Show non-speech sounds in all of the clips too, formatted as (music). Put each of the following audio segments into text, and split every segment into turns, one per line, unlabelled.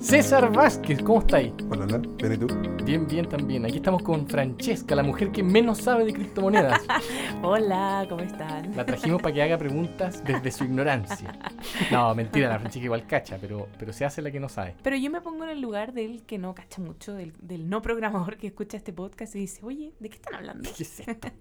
César Vázquez, ¿cómo está ahí?
Hola, hola. ¿Bien y tú?
Bien, bien también. Aquí estamos con Francesca, la mujer que menos sabe de criptomonedas.
Hola, ¿cómo están?
La trajimos para que haga preguntas desde su ignorancia. No, mentira, la Francesca igual cacha, pero, pero se hace la que no sabe.
Pero yo me pongo en el lugar del que no cacha mucho, del, del no programador que escucha este podcast y dice, oye, ¿de qué están hablando?
(laughs) ¿Qué es esto?
(laughs)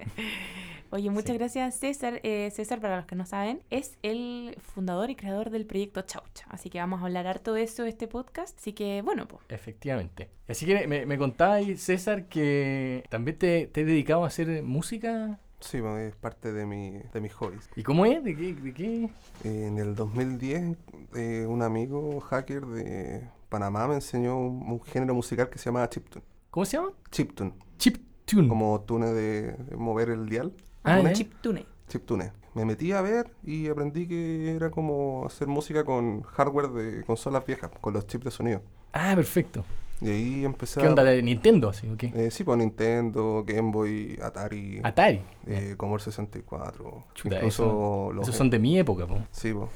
Oye, muchas
Sí.
gracias César. Eh, César, para los que no saben, es el fundador y creador del proyecto Chaucha. Así que vamos a hablar harto de eso este podcast. Así que bueno, pues.
Efectivamente. Así que me, me contaba ahí, César, que también te, te he dedicado a hacer música.
Sí, bueno, es parte de, mi, de mis hobbies.
¿Y cómo es? ¿De qué? ¿De qué?
En el 2010, eh, un amigo hacker de Panamá me enseñó un, un género musical que se llama chiptune.
¿Cómo se llama?
Chiptune,
Chiptune.
como tune de, de mover el dial.
Mm. Ah,
un
¿ya?
chiptune.
Chiptune. Me metí a ver y aprendí que era como hacer música con hardware de consolas viejas, con los chips de sonido.
Ah, perfecto.
Y ahí empecé
¿Qué
a-
onda de Nintendo? Así, ¿o qué?
Eh, sí, pues Nintendo, Game Boy, Atari,
Atari.
eh, Commodore 64.
Chuta,
incluso
eso-
los
Esos son de mi época, po.
Sí, po.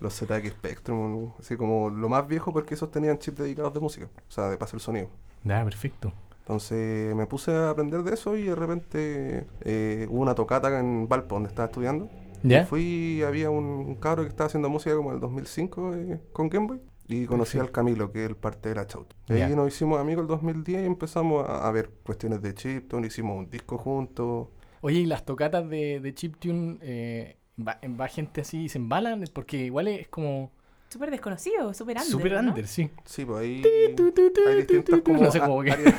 los ZX Spectrum, así como lo más viejo porque esos tenían chips dedicados de música, o sea, de pasar el sonido.
Ah, perfecto.
Entonces me puse a aprender de eso y de repente eh, hubo una tocata en Valpo donde estaba estudiando. Y
¿Ya?
fui, había un, un cabro que estaba haciendo música como en el 2005 eh, con Game Boy y conocí al Camilo, que es el parte de la Chauta. Y ahí
Ya.
nos hicimos amigos el 2010 y empezamos a, a ver cuestiones de chiptune, hicimos un disco juntos.
Oye, ¿y las tocatas de, de Chiptune eh, va, va gente así y se embalan? Porque igual es como
Súper desconocido, súper under.
super
¿no?
under, sí.
Sí, pues ahí
tu, tu, tu,
hay
tu,
distintas
tu,
como
no sé
a-
cómo que- (laughs)
áreas-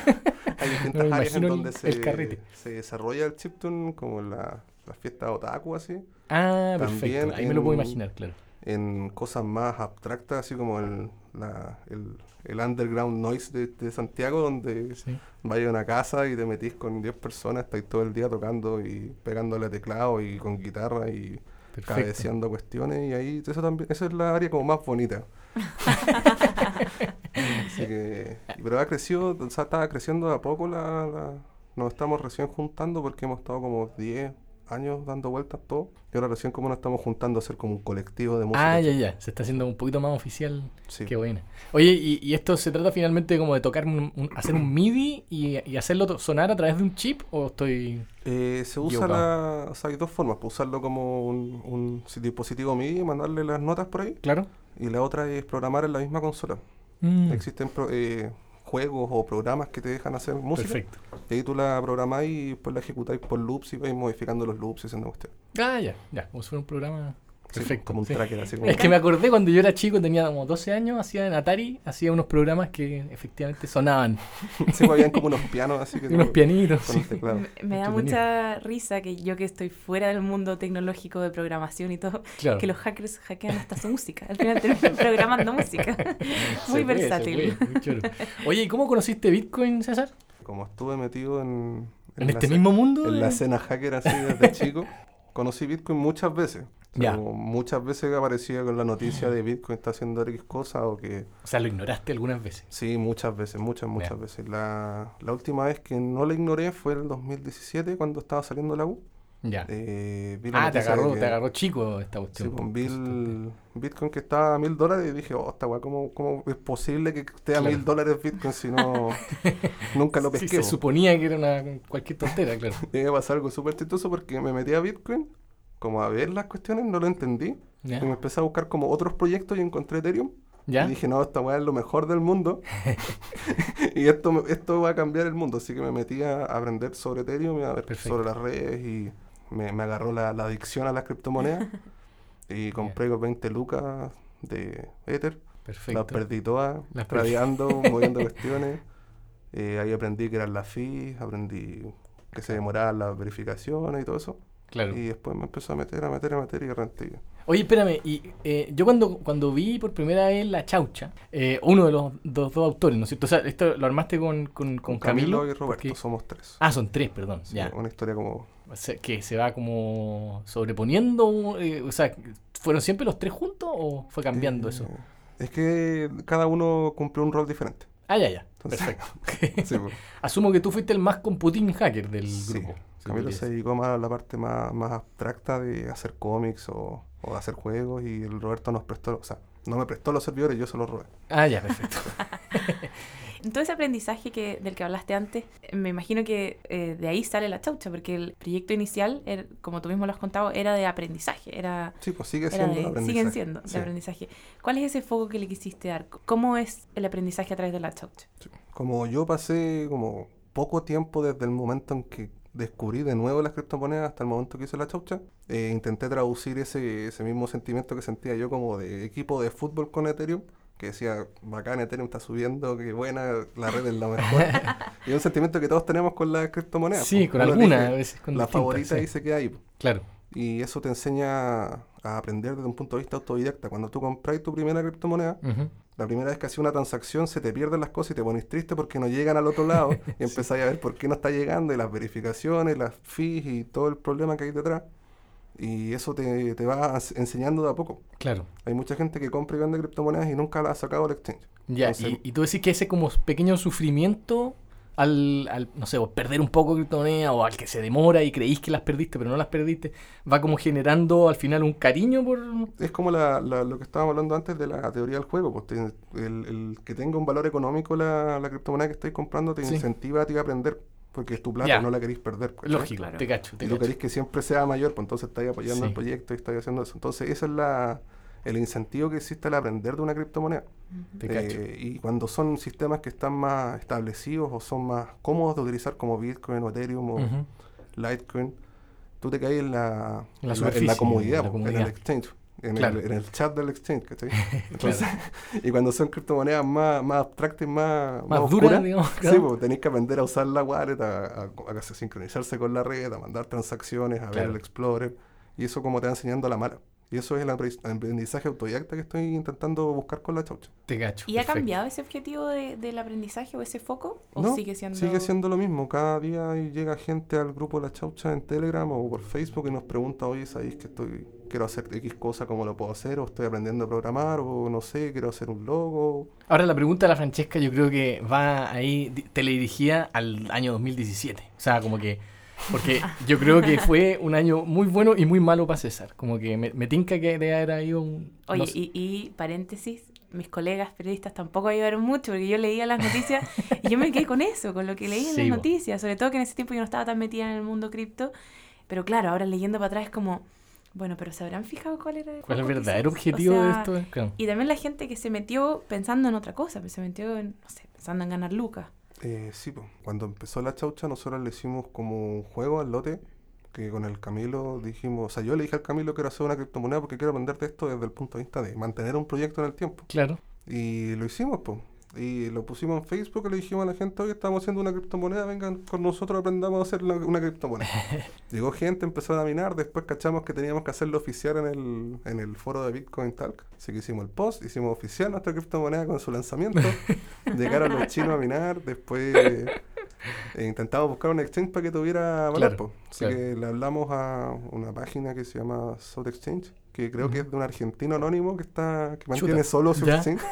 hay distintas
me
áreas en
imagino el-
donde
el carrete.
se, se desarrolla el chiptune, como en la, la fiesta otaku, así,
Ah,
También
perfecto. Ahí me lo puedo
en-
imaginar, claro.
en cosas más abstractas, así como el, la- el, el underground noise de, de Santiago, donde
Sí.
vayas a una casa y te metís con 10 personas, estáis todo el día tocando y pegándole a teclado y con guitarra y
Perfecto.
cabeceando cuestiones, y ahí eso también, esa es la área como más
(laughs)
bonita. Así que, pero ha crecido, o sea, estaba creciendo de a poco la, la- Nos estamos recién juntando porque hemos estado como 10 años dando vueltas todo. Y ahora recién como nos estamos juntando a ser como un colectivo de música.
Ah, ya, ya. Se está haciendo un poquito más oficial.
Sí.
Qué bueno. Oye, y, y esto se trata finalmente como de tocar, un, un- hacer un MIDI y, y hacerlo to- sonar a través de un chip o estoy...
Eh, se usa la... O sea, hay dos formas. Pues usarlo como un, un si- dispositivo MIDI, mandarle las notas por ahí.
¿Claro?
Y la otra es programar en la misma consola.
Mm,
Existen pro- eh, juegos o programas que te dejan hacer música.
perfecto.
Y ahí tú la programás y después la ejecutáis por loops y vais modificando los loops y haciendo cuestiones.
Ah, ya, ya. Como si fuera un programa...
Sí,
Perfecto.
como un
sí.
tracker, así como.
Es que me acordé cuando yo era chico, tenía como 12 años, hacía en Atari, hacía unos programas que efectivamente sonaban.
Sí, pues, habían como unos pianos así que.
Y (laughs) unos
tú-
pianitos.
Con este,
sí.
el teclado.
Me- Me da
Entretenido.
mucha risa que yo que estoy fuera del mundo tecnológico de programación y todo,
Claro.
que los hackers hackean hasta su música. Al
(laughs)
final terminan programando música. Muy
Se puede, se
versátil.
puede, (laughs) muy choro. Oye, ¿y cómo conociste Bitcoin, César?
Como estuve metido en.
¿En,
la
este
ce-
mismo mundo?
En
eh?
la escena hacker así desde chico. Conocí Bitcoin muchas veces. O sea,
Ya.
como muchas veces que aparecía con la noticia de Bitcoin está haciendo X cosas o que.
O sea, lo ignoraste algunas veces.
Sí, muchas veces, muchas, muchas
Ya.
veces. La, la última vez que no la ignoré fue en el 2017 cuando estaba saliendo la U.
Ya.
Eh, vi la
ah, te
noticia de
agarró,
que-
te agarró chico esta
Sí,
cuestión.
con Bill- Bitcoin que está a mil dólares y dije, oh, esta weá, ¿cómo, cómo es posible que esté a
Claro.
mil dólares Bitcoin si
(laughs)
no nunca lo
Sí,
pesqué?
se
po?
suponía que era una cualquier tontera,
(laughs)
claro.
Y me pasó algo súper chistoso porque me metí a Bitcoin, como a ver las cuestiones, no lo entendí.
Ya.
Y me empecé a buscar como otros proyectos y encontré Ethereum.
¿Ya?
Y dije, no, esta weá es lo mejor del
(laughs)
mundo. (laughs) y esto, me- esto va a cambiar el mundo. Así que me metí a a aprender sobre Ethereum, y a ver
Perfecto.
sobre las redes y me, me agarró la, la adicción a
(laughs)
las criptomonedas. y compré 20 lucas de Ether.
Perfecto.
Las perdí todas,
Las perdí. (laughs)
tradeando, moviendo cuestiones. Eh, ahí aprendí que eran las fees, aprendí que se demoraban las verificaciones y todo eso.
Claro.
Y después me empezó a meter, a meter, a meter y renté.
Oye, espérame, y eh, yo cuando, cuando vi por primera vez La Chaucha, eh, uno de los dos, dos autores, ¿no es cierto? O sea, esto lo armaste con, con, con Camilo.
y Roberto,
porque-
somos tres.
Ah, son tres, perdón.
Sí,
ya.
Una historia como
O sea, que se va como sobreponiendo. eh, o sea, ¿fueron siempre los tres juntos o fue cambiando
Eh,
eso?
Es que cada uno cumplió un
(laughs)
rol diferente.
Ah, ya, ya.
entonces-
Perfecto.
(laughs) Sí, pues.
(laughs) Asumo que tú fuiste el más computín hacker del
Sí.
grupo.
Camilo
podría
se
decir.
dedicó más a la parte más, más abstracta de hacer cómics o o hacer juegos y el Roberto nos prestó, o sea, no me prestó los servidores, yo se los robé.
Ah, ya,
(laughs)
perfecto.
Todo ese aprendizaje que, del que hablaste antes, me imagino que eh, de ahí sale la chaucha, porque el proyecto inicial, er- como tú mismo lo has contado, era de aprendizaje, era,
Sí, pues sigue
era
siendo
de-
un aprendizaje.
siguen siendo
Sí.
de aprendizaje. ¿Cuál es ese foco que le quisiste dar? ¿Cómo es el aprendizaje a través de la chaucha?
Como yo pasé como poco tiempo desde el momento en que descubrí de nuevo las criptomonedas hasta el momento que hice la chaucha, eh, intenté traducir ese, ese mismo sentimiento que sentía yo como de equipo de fútbol con Ethereum, que decía, bacán, Ethereum está subiendo, qué buena, la red es
(laughs)
la mejor. y un sentimiento que todos tenemos con las criptomonedas.
sí,
pues.
con
Uno
alguna, a
elige
veces con
La
distintas,
favorita
sí.
y se queda ahí. po.
Claro.
Y eso te enseña a aprender desde un punto de vista autodidacta. Cuando tú compras tu primera criptomoneda,
Ujú.
la primera vez que haces una transacción se te pierden las cosas y te pones triste porque no llegan al
(laughs)
otro lado y empezáis a ver por qué no está llegando y las verificaciones, las fees y todo el problema que hay detrás. Y eso te, te va as- enseñando de a poco.
Claro.
Hay mucha gente que compra y vende criptomonedas y nunca las ha sacado al exchange.
Ya,
Entonces-
y, y tú decís que ese como pequeño sufrimiento al, al, no sé, o perder un poco de criptomoneda o al que se demora y creís que las perdiste pero no las perdiste, va como generando al final un cariño por...
Es como la- la- lo que estábamos hablando antes de la teoría del juego. pues, te- el, el que tenga un valor económico la, la criptomoneda que estáis comprando te
Sí.
incentiva a ti a aprender porque es tu plata,
Ya.
no la queréis perder. ¿cachai?
Lógico,
Claro.
te cacho, te
y tú
cacho.
querés que siempre sea mayor, pues entonces estáis apoyando
Sí.
el proyecto y estáis haciendo eso. Entonces, ese es la, el incentivo que existe al aprender de una criptomoneda.
Te
Eh,
cacho.
y cuando son sistemas que están más establecidos o son más cómodos de utilizar, como Bitcoin o Ethereum o
Ujú.
Litecoin, tú te caes en la,
En la
en la- en
superficie,
comodidad,
en la
po, en,
comodidad.
el exchange. En,
Claro.
el, en el chat del exchange,
(laughs)
¿cachai? Entonces, y cuando son criptomonedas más, más abstractas y más,
Más duras,
oscuras,
digamos,
sí,
claro.
pues, tenéis que aprender a usar la wallet, a, a- a sincronizarse con la red, a mandar transacciones, a
Claro.
ver el Explorer, y eso como te va enseñando a la mala. Y eso es el apre- aprendizaje autodidacta que estoy intentando buscar con la chaucha.
Te cacho.
¿Y ha
perfecto.
cambiado ese objetivo de- del aprendizaje o ese foco? ¿O
No,
sigue siendo...?
Sigue siendo lo mismo, cada día ahí llega gente al grupo La Chaucha en Telegram o por Facebook y nos pregunta, oye, ¿sabéis que estoy, quiero hacer X cosa, cómo lo puedo hacer? O estoy aprendiendo a programar, o no sé, quiero hacer un logo.
Ahora la pregunta de la Francesca yo creo que va ahí di- teledirigida al año 2017. O sea, como que...
(laughs)
Porque
Ah.
yo creo que fue un año muy bueno y muy malo para César. Como que me, me tinca que le era ahí un... no
Oye,
sé.
y, y paréntesis, mis colegas periodistas tampoco ayudaron mucho porque yo leía las noticias y yo me quedé con eso, con lo que leí en
Sí,
las
bo.
noticias, sobre todo que en ese tiempo yo no estaba tan metida en el mundo cripto, pero claro, ahora leyendo para atrás es como, bueno, pero ¿se habrán fijado cuál era el,
¿Cuál es el
foco,
verdadero
quizás? O
objetivo de
sea,
esto? Claro.
Y también la gente que se metió pensando en otra cosa, pues se metió, en, no sé, pensando en ganar lucas.
Eh, sí, po. cuando empezó La Chaucha nosotros le hicimos como un juego al lote, que con el Camilo dijimos, o sea, yo le dije al Camilo quiero hacer una criptomoneda porque quiero aprender de esto desde el punto de vista de mantener un proyecto en el tiempo.
Claro.
Y lo hicimos, pues. Y lo pusimos en Facebook y le dijimos a la gente, oye, estamos haciendo una criptomoneda, vengan con nosotros, aprendamos a hacer la- una
(laughs)
criptomoneda. Llegó gente, empezaron a minar, después cachamos que teníamos que hacerlo oficial en el, en el foro de Bitcoin Talk. Así que hicimos el post, hicimos oficial nuestra criptomoneda con su
(laughs)
lanzamiento. Llegaron los chinos a minar, después eh, intentamos buscar un exchange para que tuviera valor.
Claro,
po. Así
claro.
que le hablamos a una página que se llama South Exchange, que creo que es de un argentino anónimo que está que
Chuta.
mantiene solo su
Ya.
exchange.
(laughs)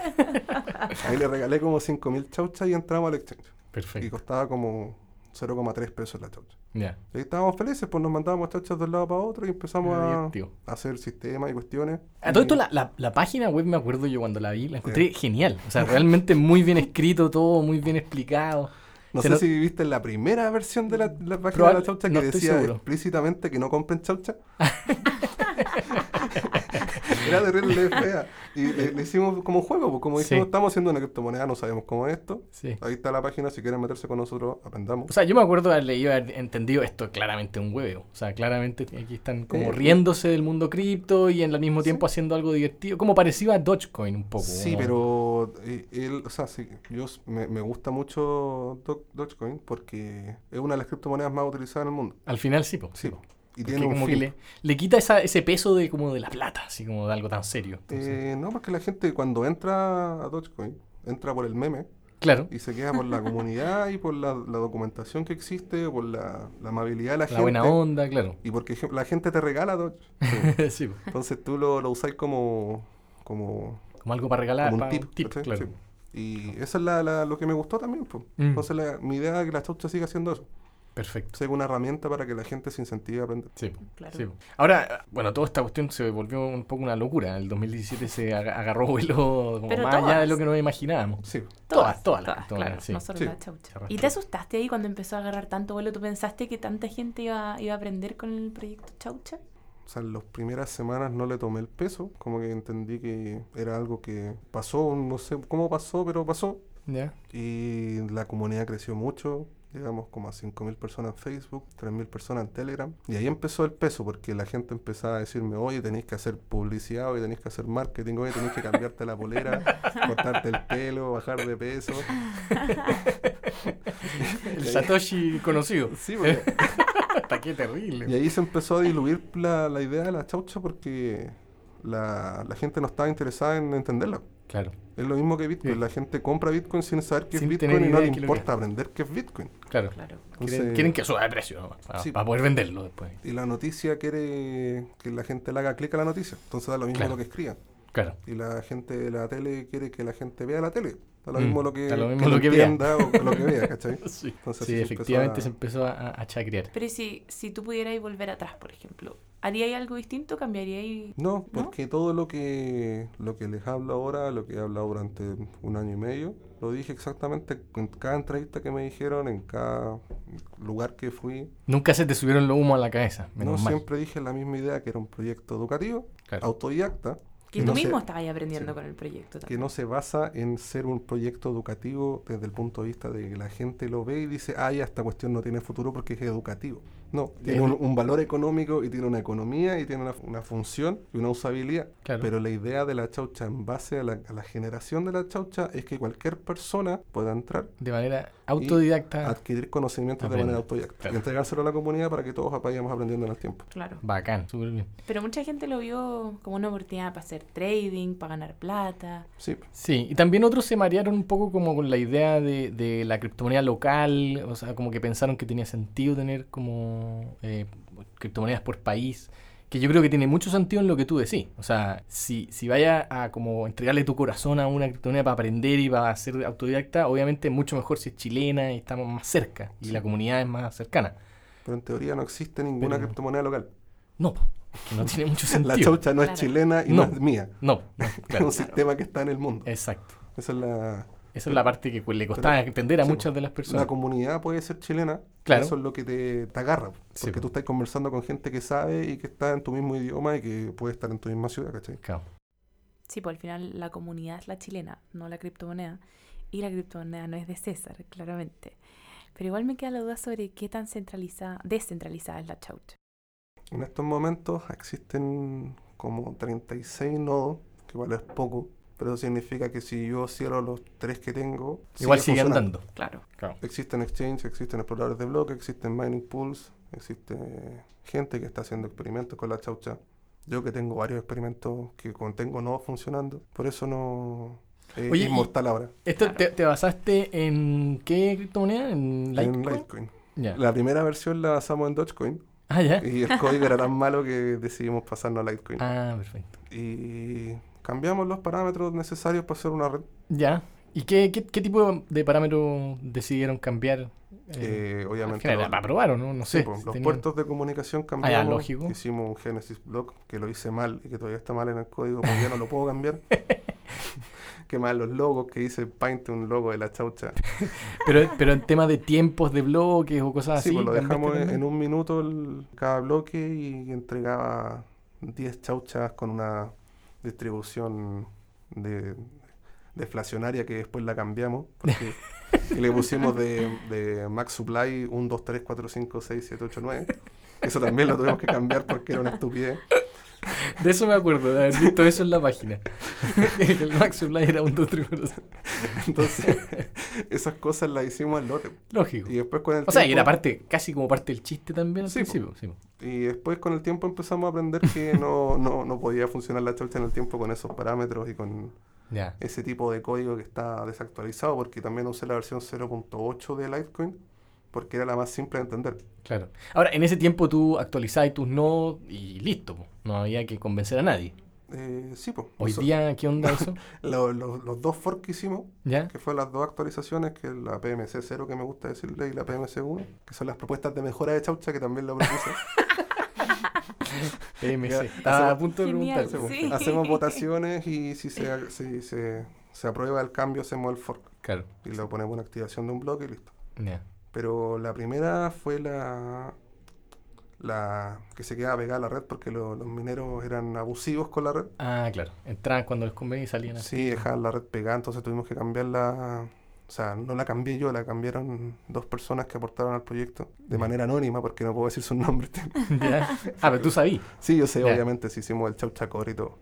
Ahí le regalé como 5.000 chauchas y entramos al exchange. Y
Perfecto.
costaba como 0,3 pesos la chaucha.
Ya.
Y ahí estábamos felices, pues nos mandábamos chauchas de un lado para otro y empezamos
Era
a,
divertido.
a hacer sistemas y cuestiones.
A todo
Y-
esto, la, la- la página web, me acuerdo yo cuando la vi, la
eh.
encontré genial.
(laughs)
O sea, realmente muy bien escrito todo, muy bien explicado.
No
se
sé
no-
si viviste la primera versión de la, la página
Probable-
de la chaucha que
no estoy
decía
seguro.
explícitamente que no
(laughs)
compren chaucha. (laughs) Era terrible fea. Y le, le hicimos como juego, pues como
Sí.
dijimos, estamos haciendo una criptomoneda, no sabemos cómo es esto.
Sí.
Ahí está la página, si quieren meterse con nosotros, aprendamos.
O sea, yo me acuerdo haber leído, haber entendido esto es claramente un huevo. O sea, claramente aquí están como
Eh,
riéndose del mundo cripto y en al mismo tiempo haciendo algo divertido. Como parecido a Dogecoin un poco.
Sí,
¿no?
pero eh, él, o sea, sí, yo s- me, me gusta mucho Do- Dogecoin porque es una de las criptomonedas más utilizadas en el mundo.
Al final sí, po.
Sí, po.
Porque
y tiene un
como que
fin. Eh,
le, le quita esa- ese peso de como de la plata, así como de algo tan serio. Entonces,
Eh, no, porque la gente cuando entra a Dogecoin, entra por el meme
claro.
y se queda por la comunidad y por la, la documentación que existe, por la, la amabilidad de la,
La
gente.
buena onda, claro. (laughs)
Y porque ejem- la gente te regala Doge. Sí.
sí, po.
Entonces tú lo, lo usás como, como
Como algo para regalar.
como
para-
un tip, ¿cachai?
claro.
Sí. Y eso es la, la- lo que me gustó también. po.
Mm.
Entonces la- mi idea es que la chaucha siga haciendo eso.
Perfecto.
Ser una herramienta para que la gente se incentive a aprender.
Sí, po.
Claro.
Sí, po. Ahora, bueno, toda esta cuestión se volvió un poco una locura. El 2017 se aga- agarró vuelo como
Pero
más allá de
todas.
lo que nos imaginábamos.
Sí.
Todas, todas las
todas,
todas,
claro,
sí.
no solo
Sí.
la chaucha.
Se arrastró.
¿Y te asustaste ahí cuando empezó a agarrar tanto vuelo? ¿Tú pensaste que tanta gente iba, iba a aprender con el proyecto chaucha?
O sea, en las primeras semanas no le tomé el peso, como que entendí que era algo que pasó, no sé cómo pasó, pero pasó.
¿Ya?
Y la comunidad creció mucho, llegamos como a 5.000 personas en Facebook, 3.000 personas en Telegram. Y ahí empezó el peso, porque la gente empezaba a decirme, oye, tenéis que hacer publicidad, oye, tenéis que hacer marketing, oye, tenéis que cambiarte la polera, cortarte el pelo, bajar de peso.
El
(laughs)
Satoshi conocido.
Sí, porque-
Hasta qué
(laughs) Y
terrible.
ahí se empezó a diluir la, la idea de la chaucha porque la, la gente no estaba interesada en entenderla.
Claro,
Es lo mismo que Bitcoin.
Sí.
La gente compra Bitcoin sin saber qué
Sin
es
tener
Bitcoin y no
idea
le
de qué es lo que
importa aprender qué es Bitcoin.
claro.
Claro.
Entonces,
Quieren, quieren que suba de precio para,
Sí.
poder venderlo después.
Y la noticia quiere que la gente le haga clic a la noticia. Entonces da lo mismo
Claro.
lo que escriban.
Claro.
Y la gente de la tele quiere que la gente vea la tele. Da lo
Mm,
mismo lo que,
da lo mismo
que
lo que vea.
entienda o lo que vea, ¿cachai?
(laughs) Sí,
Entonces,
Sí,
se empezó
efectivamente
a-
se em- empezó a, a chacrear.
Pero ¿y si, si tú pudierais volver atrás, por ejemplo, ¿haríais algo distinto? ¿Cambiaríais?
No, porque todo lo que, lo que les hablo ahora, lo que he hablado durante un año y medio, lo dije exactamente en cada entrevista que me dijeron, en cada lugar que fui.
Nunca se te subieron los humos a la cabeza. Menos
no
mal.
siempre dije la misma idea, que era un proyecto educativo,
Claro.
autodidacta, Que
Que tú
no
mismo
sé.
estabais aprendiendo
Sí.
con el
que
proyecto. también.
no se basa en ser un proyecto educativo desde el punto de vista de que la gente lo ve y dice, ah, ya esta cuestión no tiene futuro porque es educativo. No, tiene un, un valor económico y tiene una economía y tiene una, una función y una usabilidad.
Claro.
Pero la idea de la chaucha en base a la, a la generación de la chaucha es que cualquier persona pueda entrar,
De manera autodidacta.
adquirir conocimientos de
Aprende.
manera autodidacta
Claro.
y entregárselo a la comunidad para que todos vayamos aprendiendo en el tiempo.
Claro.
Bacán, súper bien.
Pero mucha gente lo vio como una oportunidad para hacer trading, para ganar plata.
Sí.
Sí, y también otros se marearon un poco como con la idea de, de la criptomoneda local, o sea, como que pensaron que tenía sentido tener como eh, criptomonedas por país, que yo creo que tiene mucho sentido en lo que tú decís, o sea, si, si vaya a como entregarle tu corazón a una criptomoneda para aprender y para ser autodidacta, obviamente mucho mejor si es chilena y estamos más cerca y la comunidad es más cercana.
Pero en teoría no existe ninguna
Pero-
criptomoneda local.
No, po, es
(laughs)
que no tiene mucho
La
sentido.
chaucha no
Claro.
es chilena y
No.
no, es mía.
No,
(laughs)
no,
es
claro,
un sistema que está en el mundo.
exacto.
Esa es la,
Esa es la parte que le costaba entender a
sí, po.
muchas de las
la
personas.
comunidad puede ser chilena.
Claro.
Eso es lo que te, te agarra.
Sí,
porque
po.
tú estás conversando con gente que sabe y que está en tu mismo idioma y que puede estar en tu misma ciudad, ¿cachai?
Claro.
Sí, pues al final la comunidad es la chilena, no la criptomoneda. Y la criptomoneda no es de César, claramente. Pero igual me queda la duda sobre qué tan centralizada, descentralizada es la chaucha.
En estos momentos existen como 36 nodos, que vale es poco. Pero eso significa que si yo cierro los tres que tengo,
Igual
sigue
sigue
funcionando.
andando.
Claro.
Existen exchanges, existen exploradores de bloques, existen mining pools, existe eh, gente que está haciendo experimentos con la chaucha. Yo que tengo varios experimentos que contengo no funcionando, por eso no es
Oye, y-
inmortal ahora
¿Esto
Claro.
te, te basaste en qué criptomoneda? ¿En Litecoin?
en Litecoin.
Ya.
La primera versión la basamos en Dogecoin
Ah, ya.
y
(laughs)
el código era tan malo que decidimos pasarnos a Litecoin.
Ah, perfecto.
Y cambiamos los parámetros necesarios para hacer una red.
Ya. ¿Y qué, qué, qué tipo de- de parámetros decidieron cambiar? Eh,
Eh,
al
obviamente
final
los-
era para probar o no, no
Sí,
sé.
pues,
si
los
tenían-
puertos de comunicación cambiamos.
lógico.
Hicimos un Genesis Block que lo hice mal y que todavía está mal en el código porque ya no lo puedo cambiar. Qué mal los logos que hice Paint un logo de la chaucha.
Pero, pero en temas de tiempos de bloques o cosas
sí,
así.
pues lo
¿cambiaste
dejamos en,
Ah, también?
en un minuto el- cada bloque y entregaba 10 chauchas con una distribución de deflacionaria que después la cambiamos
(laughs)
porque y le pusimos de, de max supply 1, 2, 3, 4, 5, 6, 7, 8, 9 eso también lo tuvimos que cambiar porque era una estupidez
De eso me acuerdo, de haber visto eso en la página. (laughs) el Max Supply era un 2, 3, 4.
Entonces, (laughs) esas cosas las hicimos al lote.
Lógico.
Y después con el
O sea, y
tiempo,
era parte, casi como parte del chiste también al
Sí, pues.
principio. sí, pues.
y después con el tiempo empezamos a aprender que no, no, no podía funcionar la chaucha en el tiempo con esos parámetros y con
Ya.
ese tipo de código que está desactualizado, porque también usé la versión 0.8 de Litecoin, porque era la más simple de entender.
Claro. Ahora, en ese tiempo tú actualizabas tus nodos y listo. po. No había que convencer a nadie.
Eh, sí, pues.
Hoy día, ¿qué onda eso?
los dos forks que hicimos,
¿Ya?
que fueron las dos actualizaciones, que es la PMC 0 que me gusta decirle y la PMC 1, que son las propuestas de mejora de Chaucha que también lo propuse.
PMC.
Ya,
Estaba a
hacemos-
punto de
Genial,
preguntar.
hacemos,
Sí.
hacemos votaciones y si se, si se, se aprueba el cambio hacemos el fork
Claro.
y lo ponemos en activación de un bloque y listo.
Ya.
Pero la primera fue la, la que se quedaba pegada a la red porque lo- los mineros eran abusivos con la red.
Ah, claro. Entraban cuando les convenía y salían así.
Sí, dejaban la red pegada, entonces tuvimos que cambiarla. O sea, no la cambié yo, la cambiaron dos personas que aportaron al proyecto de manera anónima porque no puedo decir sus (laughs) nombres.
(laughs) Ya. Ah, pero tú sabías.
sí, yo sé,
Ya.
obviamente, si hicimos el chau chacor y todo.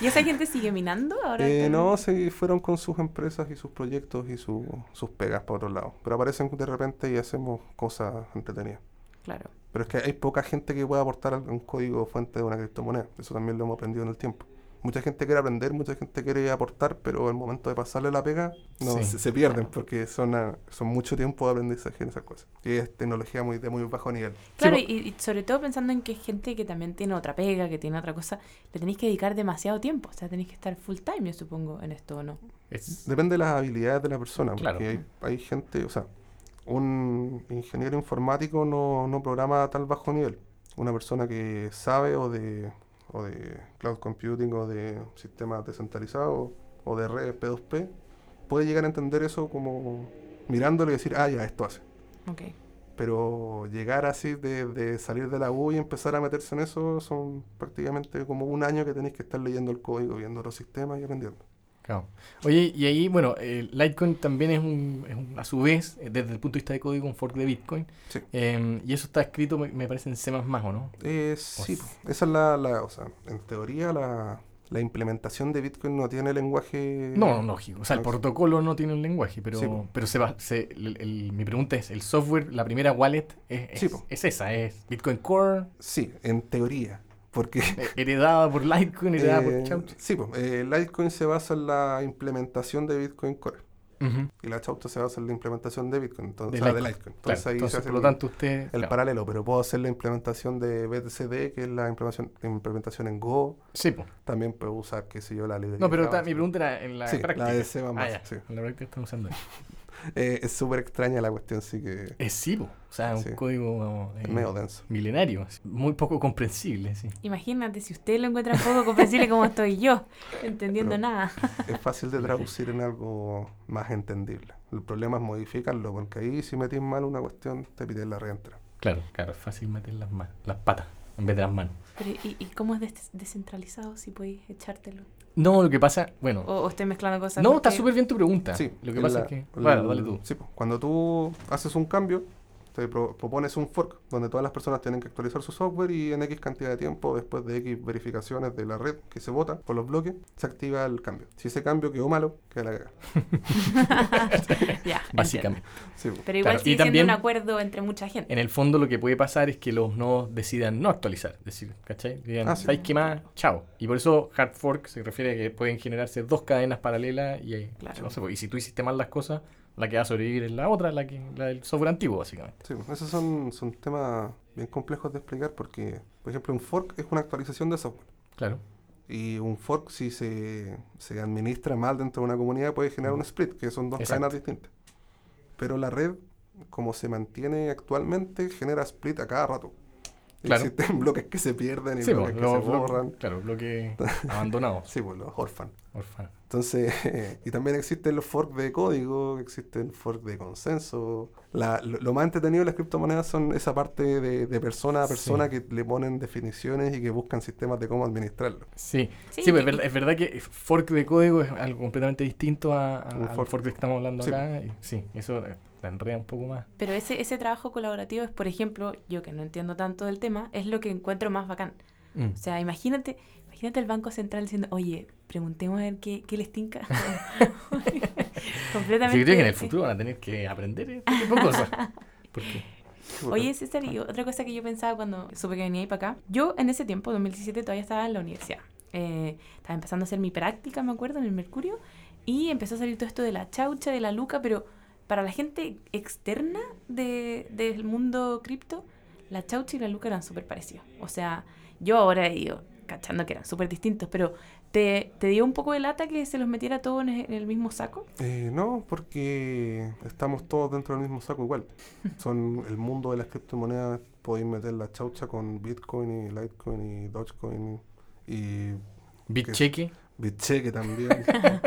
¿Y esa gente sigue minando ahora?
Eh,
están-
no, se fueron con sus empresas y sus proyectos y su- sus pegas para otro lado. Pero aparecen de repente y hacemos cosas entretenidas.
Claro.
Pero es que hay poca gente que pueda aportar algún código fuente de una criptomoneda. Eso también lo hemos aprendido en el tiempo. Mucha gente quiere aprender, mucha gente quiere aportar, pero al momento de pasarle la pega, no,
Sí.
se, se pierden porque son, ah, son mucho tiempo de aprendizaje en esas cosas. Y es tecnología muy, de muy bajo nivel.
Claro,
po-
y, y sobre todo pensando en que es gente que también tiene otra pega, que tiene otra cosa, le tenéis que dedicar demasiado tiempo. O sea, tenéis que estar full time, yo supongo, en esto, ¿o no?
Es-
Depende de las habilidades de la persona, porque
Claro.
hay, hay gente, o sea, un ingeniero informático no, no programa a tal bajo nivel. Una persona que sabe o de, o de cloud computing o de sistemas descentralizados o de redes P2P puede llegar a entender eso como mirándolo y decir, ah, ya, esto hace.
Ok.
Pero llegar así de, de salir de la U y empezar a meterse en eso son prácticamente como un año que tenéis que estar leyendo el código, viendo los sistemas y aprendiendo.
Claro. Oye, y ahí, bueno, eh, Litecoin también es un, es un- a su vez, eh, desde el punto de vista de código, un fork de Bitcoin.
Sí.
Eh, y eso está escrito, me, me parece, en C++, ¿o no?
Eh, sí, po. esa es la, la- o sea, en teoría la, la implementación de Bitcoin no tiene lenguaje...
No, lógico. O sea, el protocolo no tiene un lenguaje, pero,
Sí, po.
pero se va, se- el- el- mi pregunta es, ¿el software, la primera wallet es, es,
Sí, po.
es esa? ¿Es Bitcoin Core,
Sí, en teoría,
(laughs)
porque...
eh, heredada por Litecoin, heredada
eh,
por Chaucha?
sí, po, eh, Litecoin se basa en la implementación de Bitcoin Core
Ujú,
y la Chauta se basa en la implementación de Bitcoin,
De
entonces, o sea, de
Litecoin,
Litecoin.
claro.
Entonces ahí se
Entonces,
hace
por lo
el-
tanto, usted...
el
claro.
paralelo, pero puedo hacer la implementación de BTCD, que es la implementación, implementación en Go,
Sí, po.
también puedo usar, qué sé yo, la librería.
No, pero
Java,
ta- mi
sí.
pregunta era en la
Sí, la
práctica.
de C++,
Ah, ya.
sí.
En la práctica están usando eso.
Eh, es súper extraña la cuestión, sí que
Es sí, po. O sea, un
Sí.
código... vamos, eh,
es medio denso.
milenario, así, muy poco comprensible, sí.
Imagínate si usted lo encuentra un poco comprensible como estoy yo, entendiendo
Pero-
nada.
es fácil de traducir en algo más entendible. El problema es modificarlo, porque ahí si metís mal una cuestión, te piden la reentra.
Claro, claro, es fácil meter las, ma- las patas en vez de las manos.
Pero, ¿y, y cómo es des- descentralizado si podéis echártelo?
No, lo que pasa, bueno,
O, o estoy mezclando cosas.
no,
porque-
está súper bien tu pregunta.
Sí,
lo que
en
pasa
la-
es que...
el-
Bueno, dale
(laughs)
tú.
sí, po. cuando tú haces un cambio, te pro- propones un fork, donde todas las personas tienen que actualizar su software y en X cantidad de tiempo, después de X verificaciones de la red que se vota por los bloques, se activa el cambio. Si ese cambio quedó malo, queda la cagada.
(laughs)
(laughs)
(laughs)
Ya,
Básicamente.
entiendo.
Sí, pues. po.
Pero igual
Claro, y
sigue siendo
también- Eh,
un acuerdo entre mucha gente.
En el fondo lo que puede pasar es que los nodos decidan no actualizar, es decir, ¿cachai? Digan,
Ah, sí.
¿sabéis qué más? Chao. Y por eso hard fork se refiere a que pueden generarse dos cadenas paralelas y ahí,
Claro.
no sé, pues, y si tú hiciste mal las cosas, la que va a sobrevivir es la otra, la, que, la del software antiguo, básicamente.
Sí, po. esos son, son temas bien complejos de explicar porque, por ejemplo, un fork es una actualización de software.
Claro.
Y un fork, si se, se administra mal dentro de una comunidad, puede generar un split, que son dos
Exacto.
cadenas distintas. Pero la red, como se mantiene actualmente, genera split a cada rato. Y
Claro.
Existen (laughs) bloques que se pierden y
Sí,
bloques
pues,
que
los
se borran.
bloques, claro, bloques
(laughs)
abandonados,
Sí, pues los orphan.
orfan.
Entonces, (laughs) y también existen los forks de código, existen forks de consenso. La- lo, lo más entretenido de las criptomonedas son esa parte de, de persona a
Sí.
persona que le ponen definiciones y que buscan sistemas de cómo administrarlo.
Sí, sí,
Sí,
pues,
y-
es, verdad, es verdad que fork de código es algo completamente distinto a, a-
Un
al
fork.
fork. que estamos hablando
Sí.
acá. y sí, eso eh, la enreda un poco más.
Pero ese, ese trabajo colaborativo es, por ejemplo, yo que no entiendo tanto del tema, es lo que encuentro más bacán.
Mm.
O sea, imagínate, imagínate el Banco Central diciendo, oye, preguntemos a ver qué, qué les
(laughs)
tinca. (laughs) Completamente.
Yo creo que en el futuro van a tener que aprender este tipo de
(laughs)
cosas. Porque,
Oye, César, y otra cosa que yo pensaba cuando supe que venía ahí para acá. Yo en ese tiempo, 2017, todavía estaba en la universidad. Eh, estaba empezando a hacer mi práctica, me acuerdo, en el Mercurio. Y empezó a salir todo esto de la chaucha, de la luca, pero para la gente externa de- del mundo cripto, la chaucha y la luca eran súper parecidos. O sea, yo ahora digo, cachando que eran súper distintos, pero ¿te, ¿te dio un poco de lata que se los metiera todos en, en el mismo saco?
Eh, no, porque estamos todos dentro del mismo saco
(laughs)
igual. Son el mundo de las criptomonedas. Podéis meter la chaucha con Bitcoin y Litecoin y Dogecoin y
Bitcheque.
Bitcheque
(laughs)
también,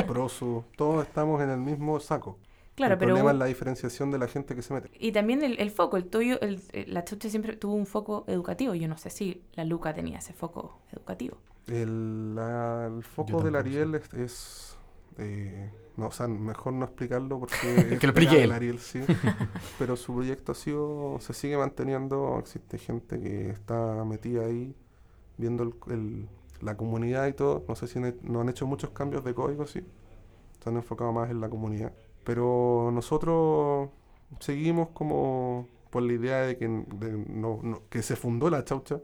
Proso. Todos estamos en el mismo saco.
Claro,
el
pero
problema es la diferenciación de la gente que se mete.
Y también el, el foco, el tuyo, el- el- la chucha siempre tuvo un foco educativo. Yo no sé si la Luca tenía ese foco educativo.
El, la-
Yo
el foco del
tampoco
Ariel es... es, eh, no, o sea, mejor no
(laughs)
explicarlo porque...
Que lo explique
el
él. (laughs)
Ariel, sí. Pero su proyecto ha sido... Se sigue manteniendo. Existe gente que está metida ahí viendo el- el- la comunidad y todo. No sé si han- no han hecho muchos cambios de código, sí. Se han enfocado más en la comunidad. Pero nosotros seguimos como por la idea de que, de no- no- que se fundó la chaucha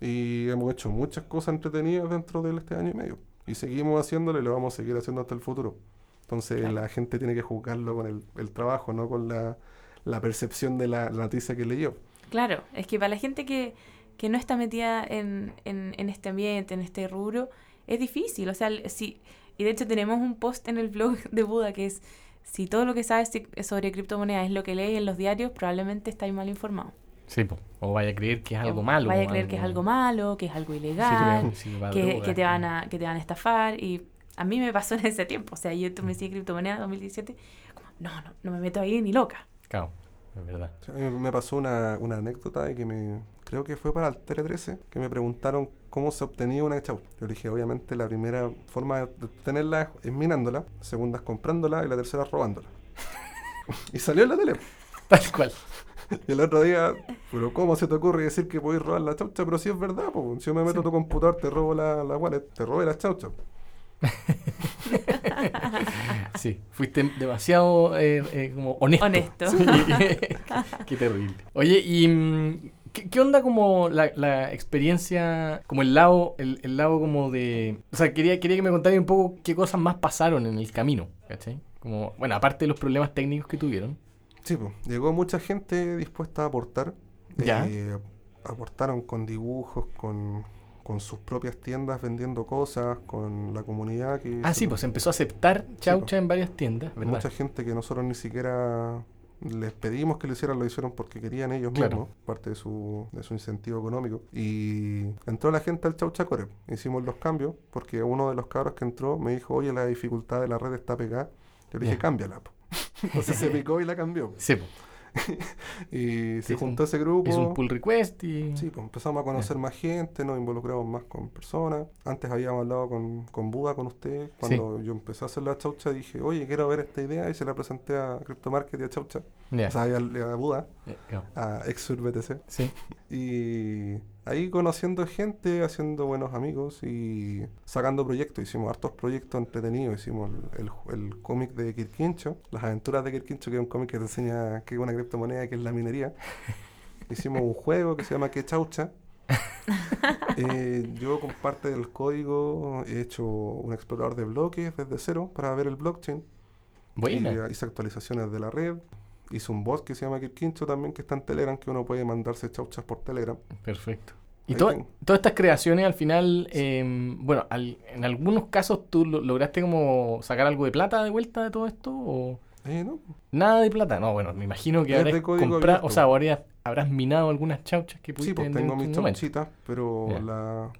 y hemos hecho muchas cosas entretenidas dentro de este año y medio. Y seguimos haciéndolo y lo vamos a seguir haciendo hasta el futuro. Entonces
Claro.
la gente tiene que juzgarlo con el, el trabajo, no con la, la percepción de la, la noticia que leyó.
Claro, es que para la gente que, que no está metida en, en, en este ambiente, en este rubro, es difícil. O sea, el- si, y de hecho tenemos un post en el blog (laughs) de Buda que es, si todo lo que sabes si- sobre criptomonedas es lo que lees en los diarios, probablemente estáis mal informado.
Sí, po. o vaya a creer que es algo malo.
Vaya a
o
creer que es algo malo, que es algo
Sí,
ilegal,
que, sirva
que,
droga.
que te van a, que te van a estafar. Y a mí me pasó (laughs) en ese tiempo. O sea, yo
Mm.
me decía criptomonedas 2017, como, no, no, no me meto ahí ni loca.
Claro, es verdad.
O sea, a mí me pasó una, una anécdota de que me. Creo que fue para el Tele 13 que me preguntaron cómo se obtenía una chaucha. Yo le dije, obviamente, la primera forma de obtenerla es minándola, la segunda es comprándola y la tercera es robándola. (laughs) y salió en la tele.
Tal cual.
Y el otro día, pero ¿cómo se te ocurre decir que podéis robar la chaucha? Pero si es verdad, po, si yo me meto a tu computador, te robo la, la wallet, te robé la chaucha.
(laughs) Sí, fuiste demasiado eh, eh, como honesto.
Honesto.
Sí, (laughs) qué, qué terrible. Oye, ¿y mm, qué, qué onda como la, la experiencia, como el lado, el, el lado como de... O sea, quería, quería que me contaras un poco qué cosas más pasaron en el camino, ¿cachai? Como, bueno, aparte de los problemas técnicos que tuvieron.
Sí, po, llegó mucha gente dispuesta a aportar.
Ya.
Eh, aportaron con dibujos, con, con sus propias tiendas vendiendo cosas, con la comunidad que...
Ah,
se-
sí, pues se empezó a aceptar chaucha
pues.
en varias tiendas, ¿verdad?
Mucha gente que nosotros ni siquiera les pedimos que lo hicieran, lo hicieron porque querían ellos
Claro.
mismos, parte de su, de su incentivo económico. Y entró la gente al Chauchacore. Hicimos los cambios porque uno de los cabros que entró me dijo, oye, la dificultad de la red está pegada. Yo le dije,
Ya.
cámbiala. po". (laughs) Entonces se picó y la cambió.
Sí, pues.
Y
Sí,
se
es
juntó
un-
ese grupo.
Hizo un pull request y...
Sí, pues empezamos a conocer más gente, nos involucramos más con personas. Antes habíamos hablado con, con Buda, con usted. Cuando yo empecé a hacer la chaucha dije, oye, quiero ver esta idea y se la presenté a CryptoMarket y a Chaucha.
Ya, Eh,
O sea, y al- a, Buda,
ya, claro.
a ExurBTC.
Sí.
Y ahí conociendo gente, haciendo buenos amigos y sacando proyectos. Hicimos hartos proyectos entretenidos. Hicimos el, el- el cómic de Quirquincho, Las aventuras de Quirquincho, que es un cómic que te enseña que es una criptomoneda, que es la minería. Hicimos un juego que se llama Que Chaucha. Eh, yo con parte del código he hecho un explorador de bloques desde cero para ver el blockchain.
Buena.
Y hice actualizaciones de la red. Hice un bot que se llama Kirkincho también, que está en Telegram, que uno puede mandarse chauchas por Telegram.
Perfecto. Y
Ahí
to-
tengo.
todas estas creaciones al final, em, bueno, al- en algunos casos tú lo- lograste como sacar algo de plata de vuelta de todo esto o
Eh, no,
nada de plata. No, bueno, me imagino que
Es
habrás
de código
comprado,
abierto.
o sea, habrías, habrás minado algunas chauchas que pudiste
sí, pues
vender en
tengo mis
tu momento.
chauchitas, pero
Ya.
la-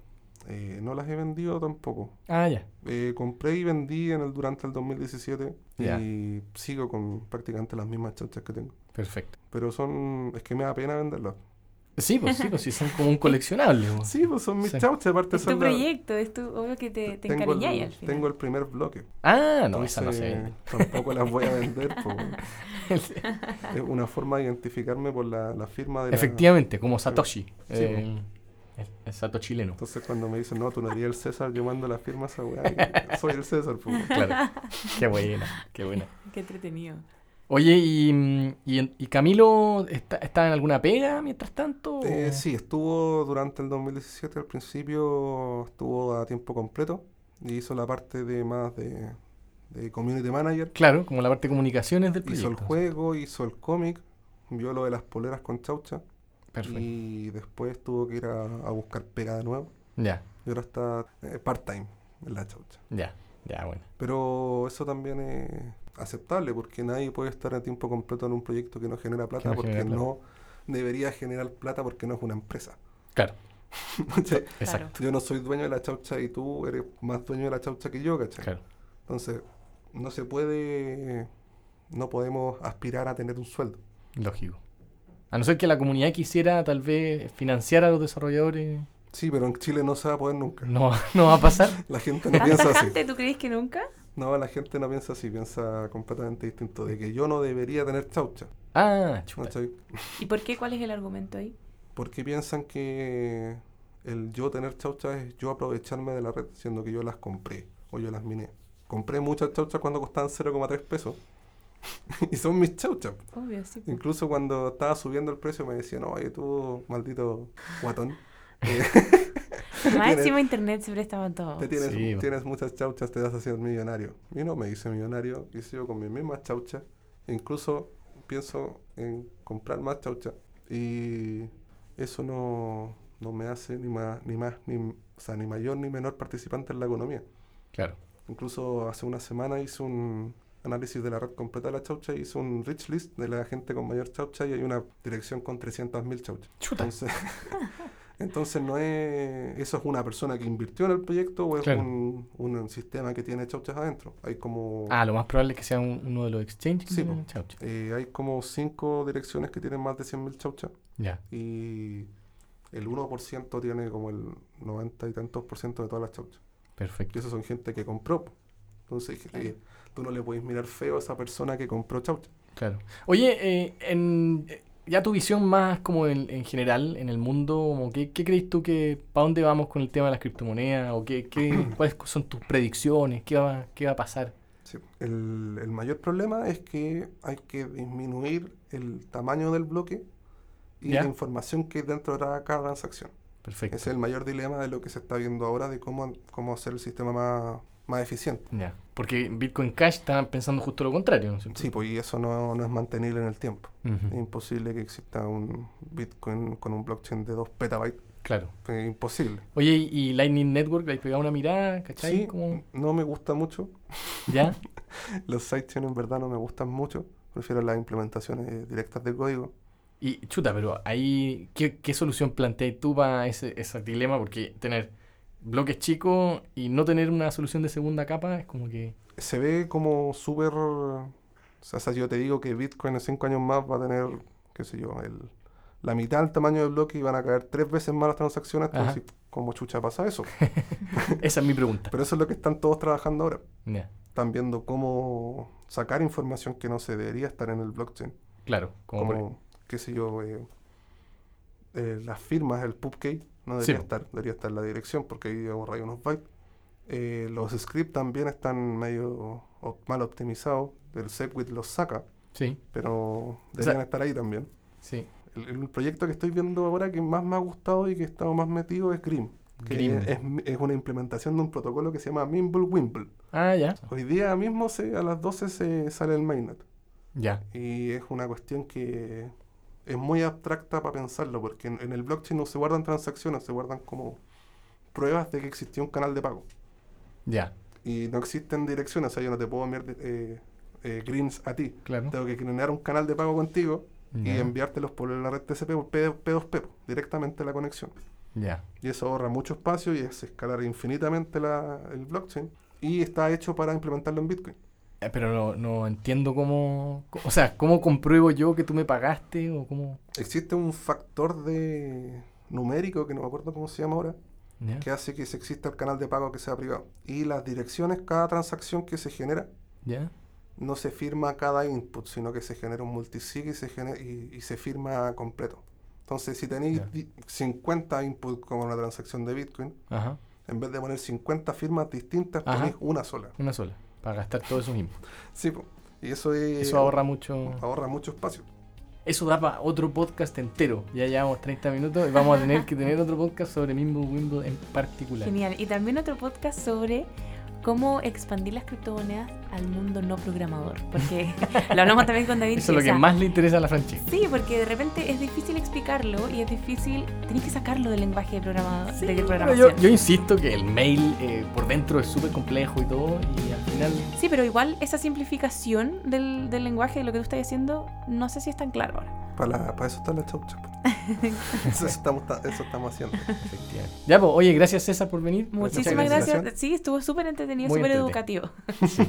eh, no las he vendido tampoco.
Ah, ya.
Eh, compré y vendí en el, durante el 2017
Ya.
y sigo con prácticamente las mismas chauchas que tengo.
Perfecto.
Pero son, es que me da pena venderlas.
Sí, pues sí, pues sí, son como un coleccionable. pues.
Sí, pues son mis
Sí.
chauchas, aparte
Es tu
son la-
proyecto, es tu, obvio que te, te
tengo el-
encariñáis al final.
Tengo el primer bloque.
Ah, no, esa no se
Entonces,
vende.
Tampoco las voy a
(laughs)
vender. po, weón. es una forma de identificarme por la, la firma de la-
Efectivamente, como Satoshi.
pues.
eh, el, el Sato chileno.
Entonces cuando me dicen, no, tú no eres el César, yo mando la firma a esa weá. y (laughs) Soy el César, po, weón.
Claro. Qué buena, qué buena.
Qué entretenido.
Oye, ¿y, mm, y, en- y Camilo está, está en alguna pega mientras tanto? o-
Eh, sí, estuvo durante el 2017, al principio estuvo a tiempo completo y hizo la parte de más de, de community manager.
Claro, como la parte de comunicaciones del proyecto.
Hizo el juego, hizo el cómic, vio lo de las poleras con chaucha
Perfecto.
y después tuvo que ir a, a buscar pega de nuevo.
Ya.
Y ahora está eh, part-time en la chaucha.
Ya, ya, bueno.
Pero eso también es aceptable porque nadie puede estar a tiempo completo en un proyecto que no genera plata
no
porque
genera plata.
no debería generar plata porque no es una empresa. (laughs)
Claro,
¿Cachai?
exacto.
Yo no soy dueño de la chaucha y tú eres más dueño de la chaucha que yo, ¿cachai?
Claro.
Entonces, no se puede, no podemos aspirar a tener un sueldo.
Lógico. A no ser que la comunidad quisiera tal vez financiar a los desarrolladores.
Sí, pero en Chile no se va a poder nunca.
No, no va a
(laughs)
pasar.
La gente no
¿Tan
piensa así.
tajante tú crees que nunca?
No, la gente no piensa así, piensa completamente distinto. De que yo no debería tener chaucha.
Ah, chuta.
¿cachai?
¿Y por qué? ¿Cuál es el argumento ahí?
Porque piensan que el yo tener chauchas es yo aprovecharme de la red, siendo que yo las compré o yo las miné. Compré muchas chauchas cuando costaban 0,3 pesos. (laughs) y son mis chauchas.
Obvio, sí. po.
Incluso cuando estaba subiendo el precio me decían, oye, tú maldito guatón, eh,
Más encima internet se prestaba todo.
te tienes,
Sí, po.
tienes muchas chauchas, te das a ser millonario. Y no me hice millonario, y sigo con mis mismas chauchas. E Incluso pienso en comprar más chauchas. Y eso no, no me hace ni más, ni más, ni, o sea, ni mayor ni menor participante en la economía.
Claro.
Incluso hace una semana hice un análisis de la red completa de la chaucha y hice un rich list de la gente con mayor chaucha y hay una dirección con 300.000 chauchas.
Chuta.
Entonces, (laughs) entonces no es... Eso es una persona que invirtió en el proyecto o es
Claro.
un, un sistema que tiene chauchas adentro. Hay como...
Ah, lo más probable es que sea un- uno de los exchanges. que
Sí,
tienen
po.
chaucha.
eh, hay como cinco direcciones que tienen más de 100.000 chauchas
Ya,
y el 1% tiene como el 90 y tantos por ciento de todas las chauchas.
perfecto.
que esos son gente que compró. po. Entonces, que-
Claro.
tú no le puedes mirar feo a esa persona que compró chaucha.
Claro. Oye, eh, en, eh, ya tu visión más como en, en general, en el mundo, como ¿qué, qué crees tú que, para dónde vamos con el tema de las criptomonedas? ¿O qué,
(clears throat)
qué- cuáles son tus predicciones? ¿Qué va, qué va a pasar?
El, el mayor problema es que hay que disminuir el tamaño del bloque y
¿Ya?
la información que hay dentro de cada transacción. Ese
Perfecto.
es el mayor dilema de lo que se está viendo ahora, de cómo, cómo hacer el sistema más, más eficiente.
Ya. Porque Bitcoin Cash estaban pensando justo lo contrario, ¿no es cierto?
Sí, pues y eso no, no es mantenible en el tiempo. Es
Ujú,
imposible que exista un Bitcoin con un blockchain de 2 petabytes.
Claro.
Es imposible.
Oye, y y Lightning Network, le has pegado una mirada, ¿cachai?
Sí,
Como-
no me gusta mucho.
¿Ya?
Los sidechains en verdad no me gustan mucho. Prefiero las implementaciones directas de código.
Y chuta, pero ahí, ¿qué, qué solución planteas tú para ese, ese dilema? Porque tener bloques chicos y no tener una solución de segunda capa es como
(laughs)
que...
Se ve como súper... O sea, o sea, yo te digo que Bitcoin en 5 años más va a tener, qué sé yo, el, la mitad del tamaño del bloque y van a caer tres veces más las transacciones. Tú
Ajá.
decís, ¿cómo chucha pasa eso? (laughs)
Esa es mi pregunta.
Pero eso es lo que están todos trabajando ahora.
Ya,
Están viendo cómo sacar información que no se debería estar en el blockchain.
claro, como,
Como,
por-
qué sé yo, eh, eh, las firmas, el pub key, no
Sí,
debería
po.
estar, debería estar la dirección porque ahí ahorra ahí unos bytes. Eh, los scripts también están medio op- mal optimizados. El SegWit los saca,
Sí,
pero deberían estar ahí también.
sí.
El, el proyecto que estoy viendo ahora que más me ha gustado y que he estado más metido es Grim. Que
Grim.
Es, es una implementación de un protocolo que se llama Mimble Wimble.
Ah, ya.
Hoy día mismo se- a las 12 se sale el mainnet.
Ya,
Y es una cuestión que es muy abstracta para pensarlo, porque en, en el blockchain no se guardan transacciones, se guardan como pruebas de que existió un canal de pago.
ya,
Y no existen direcciones, o sea, yo no te puedo enviar eh, eh, greens a ti.
claro.
Tengo que generar un canal de pago contigo y
Ya.
enviártelos por la red TCP o P- P2P, directamente a la conexión.
Ya,
Y eso ahorra mucho espacio y es escalar infinitamente la- el blockchain. Y está hecho para implementarlo en Bitcoin.
Eh, pero no, no entiendo cómo... O sea, ¿cómo compruebo yo que tú me pagaste o cómo...?
Existe un factor de numérico que no me acuerdo cómo se llama ahora,
Ya,
que hace que se exista el canal de pago que sea privado. Y las direcciones, cada transacción que se genera,
ya,
no se firma cada input, sino que se genera un multisig y se, gene- y, y se firma completo. Entonces, si tenéis
Ya.
di- 50 inputs como una transacción de Bitcoin,
ajá.
en vez de poner 50 firmas distintas,
Ajá.
ponéis una sola.
Una sola, para gastar todo eso mismo.
Sí, po. y eso, es-
Eso ahorra mucho...
ahorra mucho espacio.
Eso da para otro podcast entero. Ya llevamos 30 minutos y vamos a tener que tener otro podcast sobre Mimble Windows en particular.
Genial. Y también otro podcast sobre cómo expandir las criptomonedas al mundo no programador. Porque (laughs) lo hablamos también con David.
Eso es lo
o
que
sea,
más le interesa a la Francesca.
Sí, porque de repente es difícil explicarlo y es difícil, tenés que sacarlo del lenguaje de, programador, de
Pero
programación.
yo, yo insisto que el mail eh, por dentro es súper complejo y todo, y al final
Sí, pero igual esa simplificación del, del lenguaje de lo que tú estás haciendo, no sé si es tan claro ahora.
Para, la- para eso está la chop chop.
(laughs)
eso, estamos, ta- eso estamos haciendo.
Efectivamente. Ya, pues, oye, gracias César por venir.
Muchísimas
muchas
gracias.
gracias.
Sí, estuvo súper entretenido,
Muy
súper
entretenido.
educativo.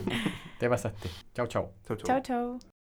Te pasaste. Chao, chao.
Chau, chau.
Chao, chao.